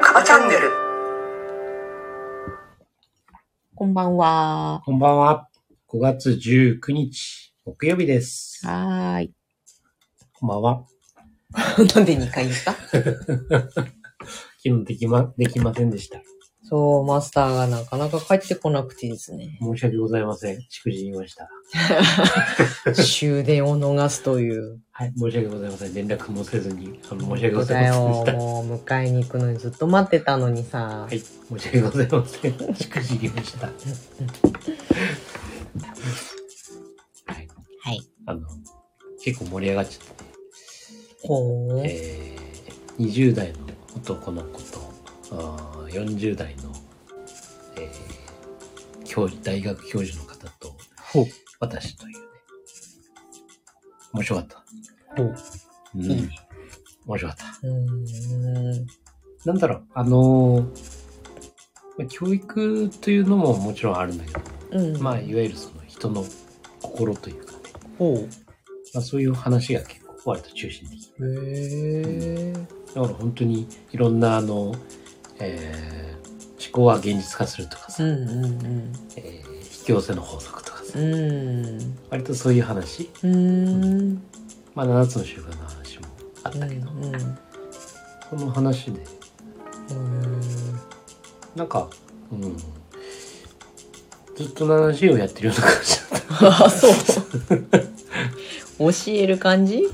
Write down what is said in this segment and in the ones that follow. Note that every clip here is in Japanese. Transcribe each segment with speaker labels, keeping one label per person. Speaker 1: カバチャンネル。
Speaker 2: こんばんは。
Speaker 3: こんばんは。5月19日、木曜日です。
Speaker 2: はーい。
Speaker 3: こんばんは。
Speaker 2: なんで2回言った
Speaker 3: 昨日できま、できませんでした。。
Speaker 2: そう、マスターがなかなか帰ってこなくてですね
Speaker 3: 申し訳ございません。しくじりました。
Speaker 2: 終電を逃すという。
Speaker 3: はい、申し訳ございません。連絡もせずに、あの、申し訳ご
Speaker 2: そう
Speaker 3: ざ
Speaker 2: だ
Speaker 3: い
Speaker 2: よ。
Speaker 3: ませんでした。
Speaker 2: もう迎えに行くのにずっと待ってたのにさ。
Speaker 3: はい、申し訳ございません。しくじりました。はい、
Speaker 2: はい。
Speaker 3: あの、結構盛り上がっちゃって、
Speaker 2: ほう。
Speaker 3: えー、20代の男の子とあー40代の、えー教授大学教授の方と
Speaker 2: ほう。
Speaker 3: 私というね面白かった、
Speaker 2: ほう。
Speaker 3: うん
Speaker 2: いいね
Speaker 3: 面白かった
Speaker 2: うん。
Speaker 3: なんだろうあのーまあ教育というのももちろんあるんだけど、
Speaker 2: うん。
Speaker 3: まあ、いわゆるその人の心というかね、
Speaker 2: ほう。
Speaker 3: まあ、そういう話が結構割と中心的
Speaker 2: へー。
Speaker 3: だから本当にいろんなあの、えー思考は現実化するとか
Speaker 2: う
Speaker 3: さ、
Speaker 2: んうん
Speaker 3: えー引き寄せの法則とかさ
Speaker 2: うん。うん。
Speaker 3: 割とそういう話、
Speaker 2: うーん。
Speaker 3: まあ、7つの習慣の話もあっ
Speaker 2: うん
Speaker 3: たけど、
Speaker 2: うん。
Speaker 3: その話で
Speaker 2: うん
Speaker 3: なんか、うん、ずっと話をやってるような感じだった
Speaker 2: あ、 そう。 教える感じ
Speaker 3: 教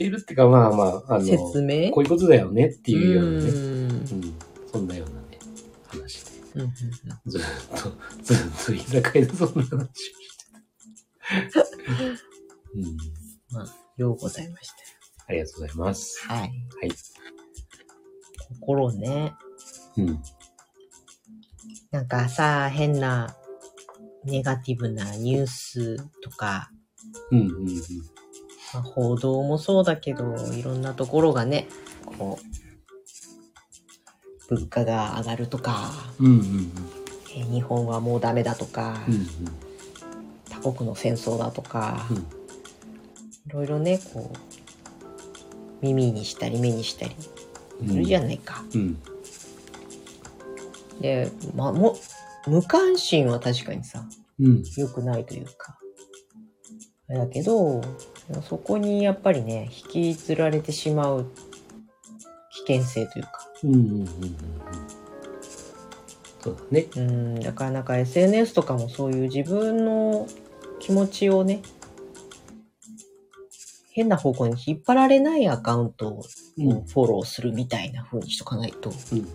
Speaker 3: えるっていうかまあまああの
Speaker 2: 説明
Speaker 3: こういうことだよねっていうようなね、
Speaker 2: ん
Speaker 3: うんそんなようなね話で
Speaker 2: うんうん
Speaker 3: ずっとずっと居酒屋でそんな話をして た、うん
Speaker 2: まあ、ようございまし
Speaker 3: ありがとうございます。
Speaker 2: たよ。はい。
Speaker 3: はい。
Speaker 2: 心ね。
Speaker 3: うん。
Speaker 2: なんかさ、変な、ネガティブなニュースとか、
Speaker 3: うんうんうん。
Speaker 2: まあ、報道もそうだけど、いろんなところがね、こう、物価が上がるとか、
Speaker 3: うんうんうん。
Speaker 2: え日本はもうダメだとか、
Speaker 3: うん
Speaker 2: 他国の戦争だとか、
Speaker 3: うん。
Speaker 2: いろいろね、こう、耳にしたり目にしたり
Speaker 3: うん。
Speaker 2: するじゃないか。
Speaker 3: うん。
Speaker 2: で、まあ、も、無関心は確かにさ、
Speaker 3: うん。
Speaker 2: 良くないというか。あれだけど、そこにやっぱりね、引きずられてしまう危険性というか。
Speaker 3: うんうんうんうん。そうだね。
Speaker 2: うん、だからなんか SNS とかもそういう自分の気持ちをね、変な方向に引っ張られないアカウントを
Speaker 3: うん。
Speaker 2: フォローするみたいな風にしとかないと。
Speaker 3: うん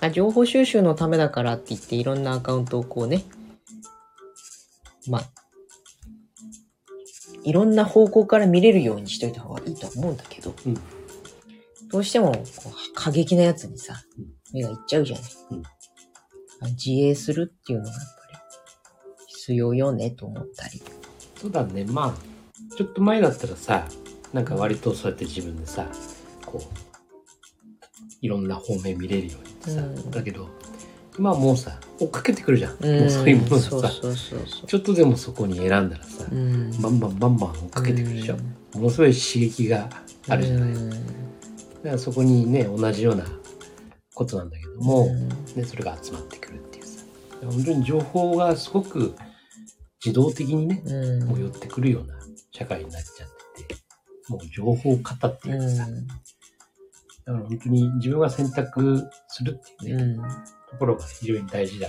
Speaker 2: あ情報収集のためだからって言っていろんなアカウントをこうね、まあ、いろんな方向から見れるようにしといた方がいいとは思うんだけど、
Speaker 3: うん
Speaker 2: どうしてもこう過激なやつにさ
Speaker 3: うん、
Speaker 2: 目がいっちゃうじゃない。
Speaker 3: うん
Speaker 2: あ自衛するっていうのがやっぱり必要よねと思ったり。
Speaker 3: そうだね。まあ、ちょっと前だったらさ、なんか割とそうやって自分でさ、こう、いろんな方面見れるようにってさ、
Speaker 2: うん
Speaker 3: だけど、今はもうさ、追っかけてくるじゃん。
Speaker 2: うん
Speaker 3: もうそういうものを
Speaker 2: そう
Speaker 3: さ、
Speaker 2: そうそうそ
Speaker 3: ちょっとでもそこに選んだらさ、
Speaker 2: う。うん
Speaker 3: バンバンバンバン追っかけてくるでしょ
Speaker 2: う。ん
Speaker 3: ものすごい刺激があるじゃない。
Speaker 2: うん
Speaker 3: だからそこにね同じようなことなんだけども、ね、それが集まってくるっていうさ本当に情報がすごく自動的にね
Speaker 2: うん
Speaker 3: もう寄ってくるような社会になっちゃっててもう情報型っていうかさ、
Speaker 2: うん
Speaker 3: だから本当に自分が選択するっていうね、
Speaker 2: うん
Speaker 3: ところが非常に大事だ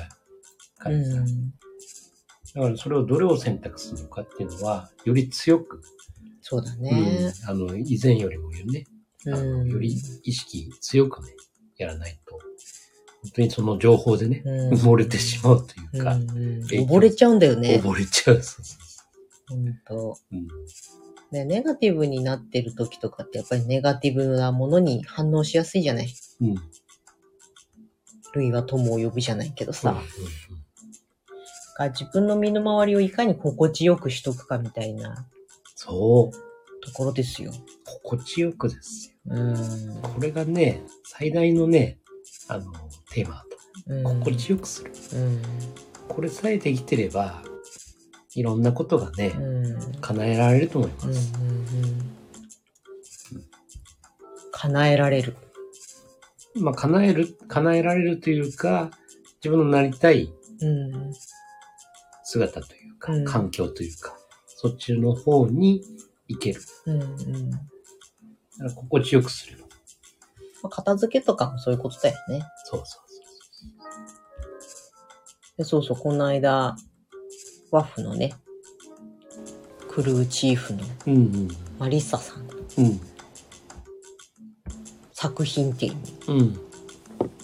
Speaker 3: か
Speaker 2: う
Speaker 3: らさ、
Speaker 2: ん、
Speaker 3: だからそれをどれを選択するのかっていうのはより強く、
Speaker 2: そうだ
Speaker 3: うん
Speaker 2: ね。
Speaker 3: あの以前よりもね
Speaker 2: う
Speaker 3: あの
Speaker 2: ん、
Speaker 3: より意識強くね、やらないと、本当にその情報でね、
Speaker 2: うん
Speaker 3: 埋もれてしまうという
Speaker 2: うん
Speaker 3: か、
Speaker 2: うん
Speaker 3: 影響
Speaker 2: 溺れちゃうんだよね。
Speaker 3: 溺れちゃう。そうそうそ
Speaker 2: 本当
Speaker 3: ううん
Speaker 2: ね、ネガティブになってる時とかってやっぱりネガティブなものに反応しやすいじゃない
Speaker 3: うん。
Speaker 2: 類は友を呼ぶじゃないけどさ、
Speaker 3: うん
Speaker 2: だから自分の身の回りをいかに心地よくしとくかみたいな
Speaker 3: そう。
Speaker 2: ところですよ。
Speaker 3: 心地よくですよ。
Speaker 2: うん。
Speaker 3: これがね、最大のね、あの、テーマだと
Speaker 2: うん
Speaker 3: 心地よくする。
Speaker 2: うん
Speaker 3: これさえできてれば、いろんなことがね
Speaker 2: う、んうん
Speaker 3: 叶えられると思い
Speaker 2: うんうん
Speaker 3: ます。
Speaker 2: 叶えられる
Speaker 3: まあ、叶える、叶えられるというか、自分のなりたい
Speaker 2: うん
Speaker 3: 姿というか
Speaker 2: う、ん
Speaker 3: 環境というか、そっちの方に行ける。
Speaker 2: うんうんま
Speaker 3: だから心地よくする。
Speaker 2: あ片付けとかもそういうことだよね
Speaker 3: そうそうそう。
Speaker 2: でそうそう、この間、ワッフのね、クルーチーフの
Speaker 3: うんうん。
Speaker 2: マリッサさんの
Speaker 3: うん。
Speaker 2: 作品展に
Speaker 3: うん。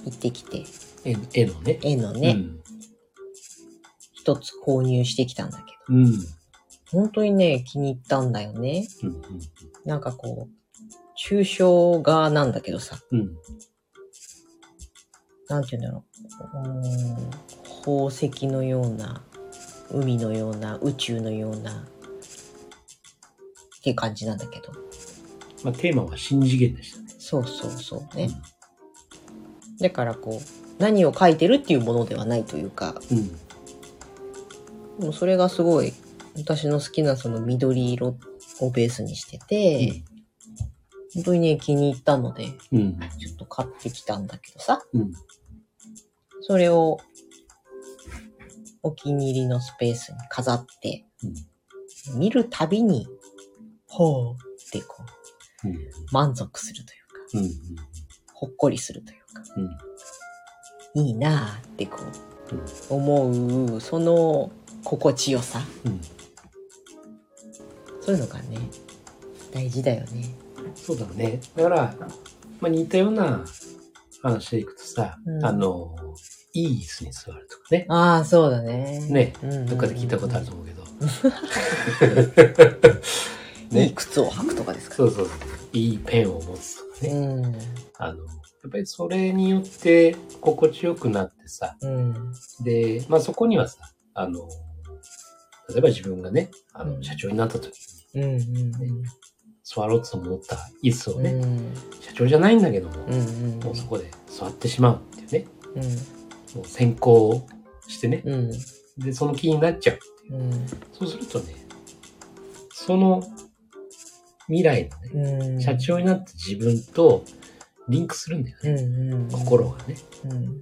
Speaker 2: 行ってきて、
Speaker 3: 絵絵のね。
Speaker 2: 絵のね、一、つ購入してきたんだけ
Speaker 3: うん。うん。
Speaker 2: ど、本当にね、気に入ったんだよね。
Speaker 3: うん。
Speaker 2: なんかこう、抽象画なんだけどさ、
Speaker 3: うん。
Speaker 2: なんて言うんだろう。うーん宝石のような、海のような、宇宙のような、って感じなんだけど。
Speaker 3: まあ、テーマは新次元でしたね。
Speaker 2: そうそうそうね。だからこう何を書いてるっていうものではないというか
Speaker 3: うん。
Speaker 2: でもそれがすごい私の好きなその緑色をベースにしてて、本当にね気に入ったので
Speaker 3: うん。
Speaker 2: ちょっと買ってきたんだけどさ
Speaker 3: うん。
Speaker 2: それをお気に入りのスペースに飾って、見るたびにほうってこう
Speaker 3: うん。
Speaker 2: 満足するという
Speaker 3: うん。
Speaker 2: かほっこりするというか
Speaker 3: うん。
Speaker 2: いいなあってこう思うその心地よさ
Speaker 3: うん。
Speaker 2: そういうのがね大事だよね。
Speaker 3: そうだね。だから、まあ、似たような話でいくとさ、
Speaker 2: うん
Speaker 3: あの、いい椅子に座るとかね。
Speaker 2: ああそうだね。
Speaker 3: ね
Speaker 2: うんうんうん
Speaker 3: どっかで聞いたことあると思うけど。
Speaker 2: い
Speaker 3: ね
Speaker 2: い。靴を履くとかですか。
Speaker 3: そうそうそう。いいペンを持つとかね。
Speaker 2: うん
Speaker 3: あの、やっぱりそれによって心地よくなってさ、
Speaker 2: うん
Speaker 3: で、まあそこにはさ、あの、例えば自分がね、あ
Speaker 2: う
Speaker 3: の、
Speaker 2: ん
Speaker 3: 社長になった時に
Speaker 2: うんうん
Speaker 3: 座ろうと思った椅子を
Speaker 2: うんう
Speaker 3: ね、
Speaker 2: ん
Speaker 3: 社長じゃないんだけども、
Speaker 2: うんうん
Speaker 3: もうそこで座ってしまうっていうね、
Speaker 2: うん
Speaker 3: もう先行してね、
Speaker 2: うん
Speaker 3: で、その気になっちゃう。
Speaker 2: うん
Speaker 3: そうするとね、その未来のね、
Speaker 2: うん
Speaker 3: 社長になった自分とリンクするんだよ
Speaker 2: う
Speaker 3: ね、
Speaker 2: んうん
Speaker 3: 心がね。
Speaker 2: うん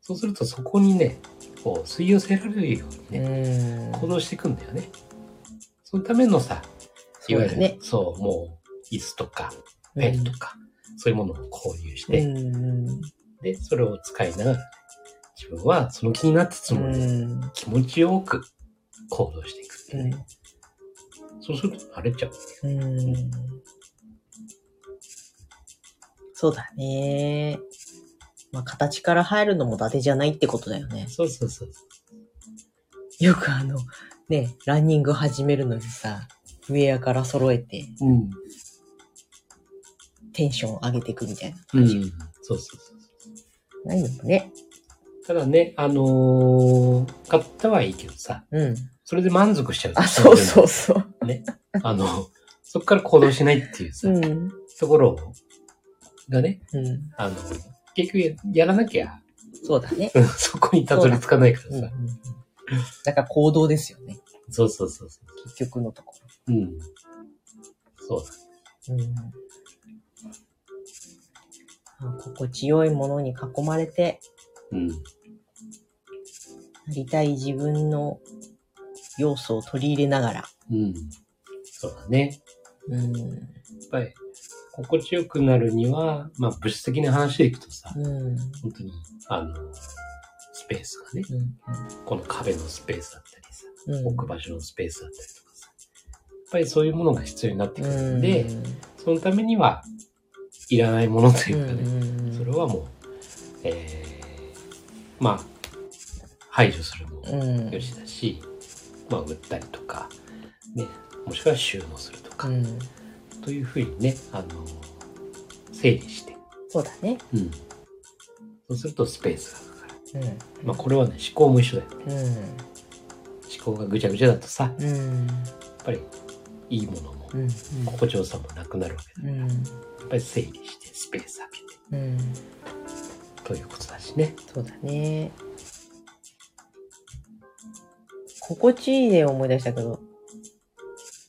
Speaker 3: そうするとそこにね、こう吸い寄せられるようにね、
Speaker 2: うん
Speaker 3: 行動していくんだよね。そのためのさ、い
Speaker 2: そう
Speaker 3: わゆ
Speaker 2: だ
Speaker 3: る、
Speaker 2: ね
Speaker 3: そう、もう、椅子とか、ペンとか、そういうものを購入して、
Speaker 2: うんうん
Speaker 3: で、それを使いながら、自分はその気になったつもりで、
Speaker 2: うん
Speaker 3: 気持ちよく行動していくっていううね
Speaker 2: ん。
Speaker 3: そうすると慣れちゃう。
Speaker 2: うんそうだね。まあ、形から入るのも伊達じゃないってことだよね。
Speaker 3: そうそうそう。
Speaker 2: よくあの、ね、ランニング始めるのにさ、ウェアから揃えて
Speaker 3: うん。
Speaker 2: テンション上げていくみたいな
Speaker 3: う
Speaker 2: 感
Speaker 3: ん
Speaker 2: じ。。
Speaker 3: そうそうそう。
Speaker 2: ないのもね。
Speaker 3: ただね、あのー買ったはいいけどさ、
Speaker 2: うん。
Speaker 3: それで満足しちゃう。
Speaker 2: あ、そうそうそう。
Speaker 3: ね。あの、そこから行動しないっていうさ、
Speaker 2: うん。うん。
Speaker 3: ところをがね、
Speaker 2: うん
Speaker 3: あの、結局やらなきゃ、
Speaker 2: そうだね。
Speaker 3: うんそこにたどり着かないから
Speaker 2: うんうんう
Speaker 3: さ
Speaker 2: ん。。だから行動ですよね。
Speaker 3: そうそうそうそ
Speaker 2: 結局のとこ
Speaker 3: う。うん。そうだ。
Speaker 2: ろ。うん。あ心地よいものに囲まれて、
Speaker 3: うん。
Speaker 2: なりたい自分の要素を取り入れながら。
Speaker 3: うん。そうだね。
Speaker 2: うん。
Speaker 3: やっぱり、心地よくなるには、まあ、物質的な話でいくとさ、
Speaker 2: うん。
Speaker 3: 本当に、あの、スペースがね、
Speaker 2: うん。
Speaker 3: この壁のスペースだったりさ、
Speaker 2: うん。
Speaker 3: 置く場所のスペースだったりとかさ、やっぱりそういうものが必要になってくるんで、
Speaker 2: うん、
Speaker 3: そのためには、いらないものというかね、
Speaker 2: うん
Speaker 3: それはもう、えー、まあ、排除するも
Speaker 2: うん
Speaker 3: よしだし、まあ、売ったりとか、ね、もしくは収納するとか、
Speaker 2: うん
Speaker 3: というふうにね、あの、整理して、
Speaker 2: そうだね。
Speaker 3: うん。そうするとスペースがかかる。
Speaker 2: うん。
Speaker 3: まあ、これはね、思考も一緒だよね。
Speaker 2: う
Speaker 3: 思考がぐちゃぐちゃだとさ、や
Speaker 2: ん。うん。
Speaker 3: っぱり、いいものも
Speaker 2: う、ん。
Speaker 3: 心地よさもなくなるわけだ。
Speaker 2: うん。
Speaker 3: やっぱり整理して、スペース開けて、
Speaker 2: うん。
Speaker 3: ということだしね。
Speaker 2: そうだね。心地いいで思い出したけど、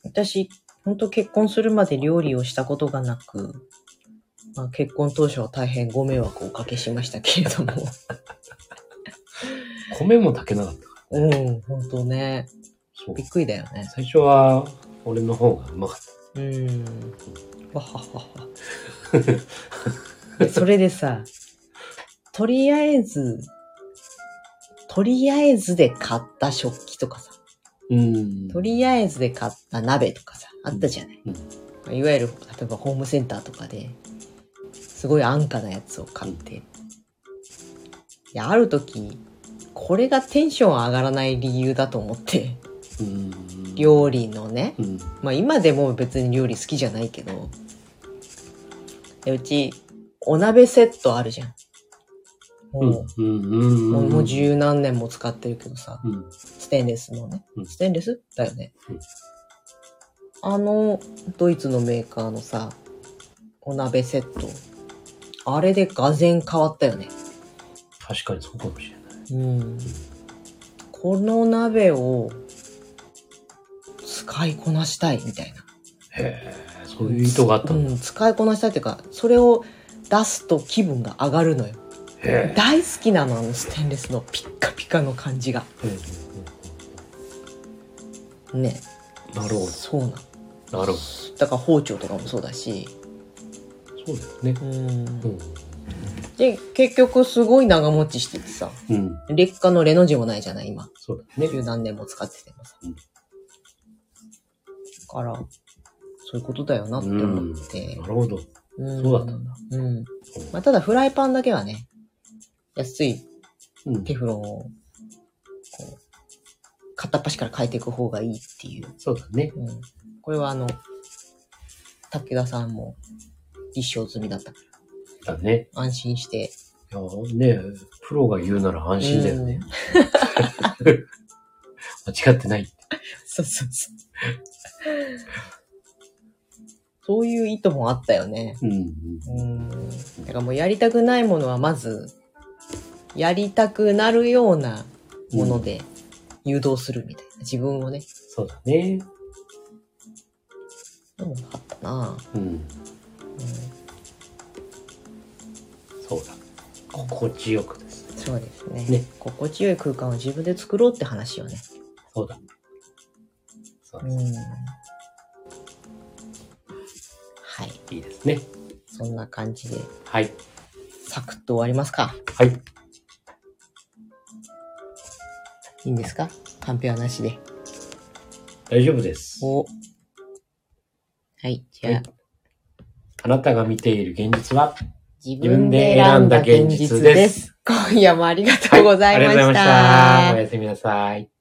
Speaker 2: 私、ほんと結婚するまで料理をしたことがなく、まあ、結婚当初は大変ご迷惑をおかけしましたけれども。
Speaker 3: 米も炊けなかったから。
Speaker 2: うん、ほんとね。
Speaker 3: そう
Speaker 2: び。っくりだよね。
Speaker 3: 最初は、俺の方がうまか
Speaker 2: う
Speaker 3: っ
Speaker 2: ん。わははは。でそれでさ、とりあえず、とりあえずで買った食器とかさ、
Speaker 3: た。うん。
Speaker 2: とりあえずで買った鍋とかさ、あったじゃない。
Speaker 3: うん
Speaker 2: いわゆる、例えばホームセンターとかで、すごい安価なやつを買って。いや、ある時、これがテンション上がらない理由だと思って、
Speaker 3: うん。
Speaker 2: 料理のね、
Speaker 3: うん。
Speaker 2: まあ今でも別に料理好きじゃないけど、でうち、お鍋セットあるじゃん。も
Speaker 3: うん。う
Speaker 2: う、
Speaker 3: ん。
Speaker 2: もうもう
Speaker 3: 由。
Speaker 2: 十何年も使ってるけどさ、
Speaker 3: うん。
Speaker 2: ステンレスのね
Speaker 3: う。ん
Speaker 2: ステンレスだよね
Speaker 3: うん。
Speaker 2: あの、ドイツのメーカーのさ、お鍋セット。あれで俄然変わったよね。
Speaker 3: 確かにそうかもしれない。
Speaker 2: うん。この鍋を使いこなしたいみたいな。
Speaker 3: へえ、そういう意図があったんだ。
Speaker 2: うん、使いこなしたいっていうかそれを出すと気分が上がるのよ
Speaker 3: へえ。
Speaker 2: 大好きなのあのステンレスのピッカピカの感じが
Speaker 3: うんうん
Speaker 2: ね
Speaker 3: うんなるほ
Speaker 2: そうなの
Speaker 3: ど。なるほど。
Speaker 2: だから包丁とかもそうだし
Speaker 3: そうだよね
Speaker 2: う。ん
Speaker 3: うん。
Speaker 2: で結局すごい長持ちしててさ
Speaker 3: うん。
Speaker 2: 劣化のレの字もないじゃない今
Speaker 3: そうだね。
Speaker 2: 十何年も使っててもさ
Speaker 3: うん
Speaker 2: だからそういうことだよなって思って
Speaker 3: なるほど。
Speaker 2: うん
Speaker 3: そうだったん
Speaker 2: だうんまあ、ただフライパンだけはね安い
Speaker 3: うん
Speaker 2: テ。フロンを、こう、片っ端から変えていく方がいいっていう。
Speaker 3: そうだね。
Speaker 2: うん。これはあの、武田さんも実証済みだったか
Speaker 3: だね。
Speaker 2: ら、安心して。
Speaker 3: いや、ねプロが言うなら安心だよね。 間違ってない。
Speaker 2: そうそうそう。そういう意図もあったよね。
Speaker 3: うんうん。
Speaker 2: うん。だからもうやりたくないものはまず、やりたくなるようなもので誘導するみたいな。自分をね。
Speaker 3: そうだね。
Speaker 2: そういうのがあったな
Speaker 3: うん。
Speaker 2: うん。
Speaker 3: そうだ。心地よくですね。
Speaker 2: そうです
Speaker 3: ね
Speaker 2: 心地よい空間を自分で作ろうって話よね。
Speaker 3: そうだ。そう
Speaker 2: う
Speaker 3: です。
Speaker 2: ん。はい。
Speaker 3: いいですね。
Speaker 2: そんな感じで、
Speaker 3: はい。
Speaker 2: サクッと終わりますか。
Speaker 3: はい。
Speaker 2: いいんですか短編はなしで。
Speaker 3: 大丈夫です。
Speaker 2: お。はい。じゃあ、
Speaker 3: はいあなたが見ている現実は
Speaker 2: 自
Speaker 3: 分で選んだ現実です
Speaker 2: 今夜もありがとうございました。
Speaker 3: はいありがとうございました。おやすみなさい。